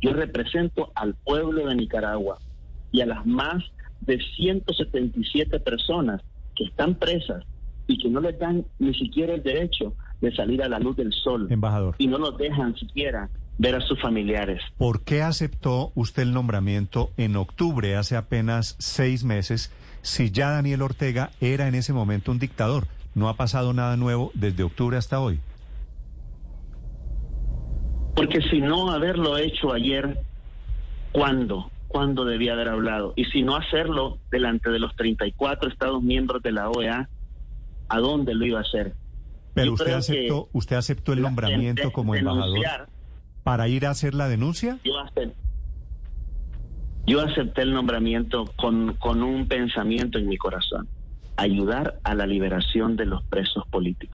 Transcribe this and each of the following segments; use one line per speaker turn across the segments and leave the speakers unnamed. Yo represento al pueblo de Nicaragua y a las más de 177 personas que están presas y que no les dan ni siquiera el derecho de salir a la luz del sol.
Embajador.
Y no los dejan siquiera ver a sus familiares.
¿Por qué aceptó usted el nombramiento en octubre, hace apenas seis meses, si ya Daniel Ortega era en ese momento un dictador? No ha pasado nada nuevo desde octubre hasta hoy.
Porque si no haberlo hecho ayer, ¿cuándo? ¿Cuándo debía haber hablado? Y si no hacerlo delante de los 34 Estados miembros de la OEA, ¿a dónde lo iba a hacer?
Pero
Yo
usted
creo
aceptó,
que
usted aceptó el
la
nombramiento
gente
como embajador
denunciar,
para ir a hacer la denuncia.
Yo acepté, yo acepté el nombramiento con, con un pensamiento en mi corazón, ayudar a la liberación de los presos políticos.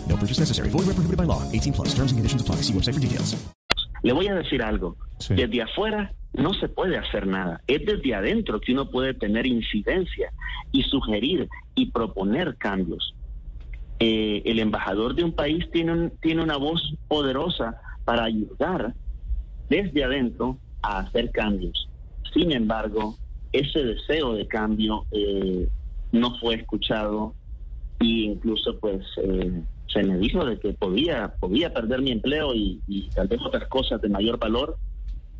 No purchase necessary. Void where prohibited by law. 18 plus. Terms and conditions apply. See website for details.
Le voy a decir algo.
Sí.
Desde afuera no se puede hacer nada. Es desde adentro que uno puede tener incidencia y sugerir y proponer cambios. Eh, el embajador de un país tiene, un- tiene una voz poderosa para ayudar desde adentro a hacer cambios. Sin embargo, ese deseo de cambio eh, no fue escuchado y incluso pues eh, se me dijo de que podía podía perder mi empleo y, y tal vez otras cosas de mayor valor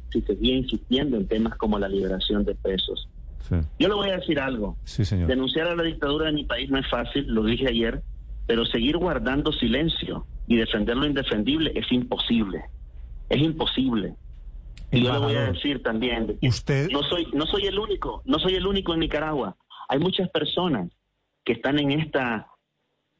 si seguía insistiendo en temas como la liberación de presos.
Sí,
Yo le voy a decir algo.
sí, señor.
Denunciar a la dictadura de mi país no es fácil, lo dije ayer, pero seguir guardando silencio y defender lo indefendible es imposible. Es imposible. Y yo le voy a
Embajador,
decir también, de que
Usted,
no soy, no soy el único, no soy el único en Nicaragua. Hay muchas personas que están en esta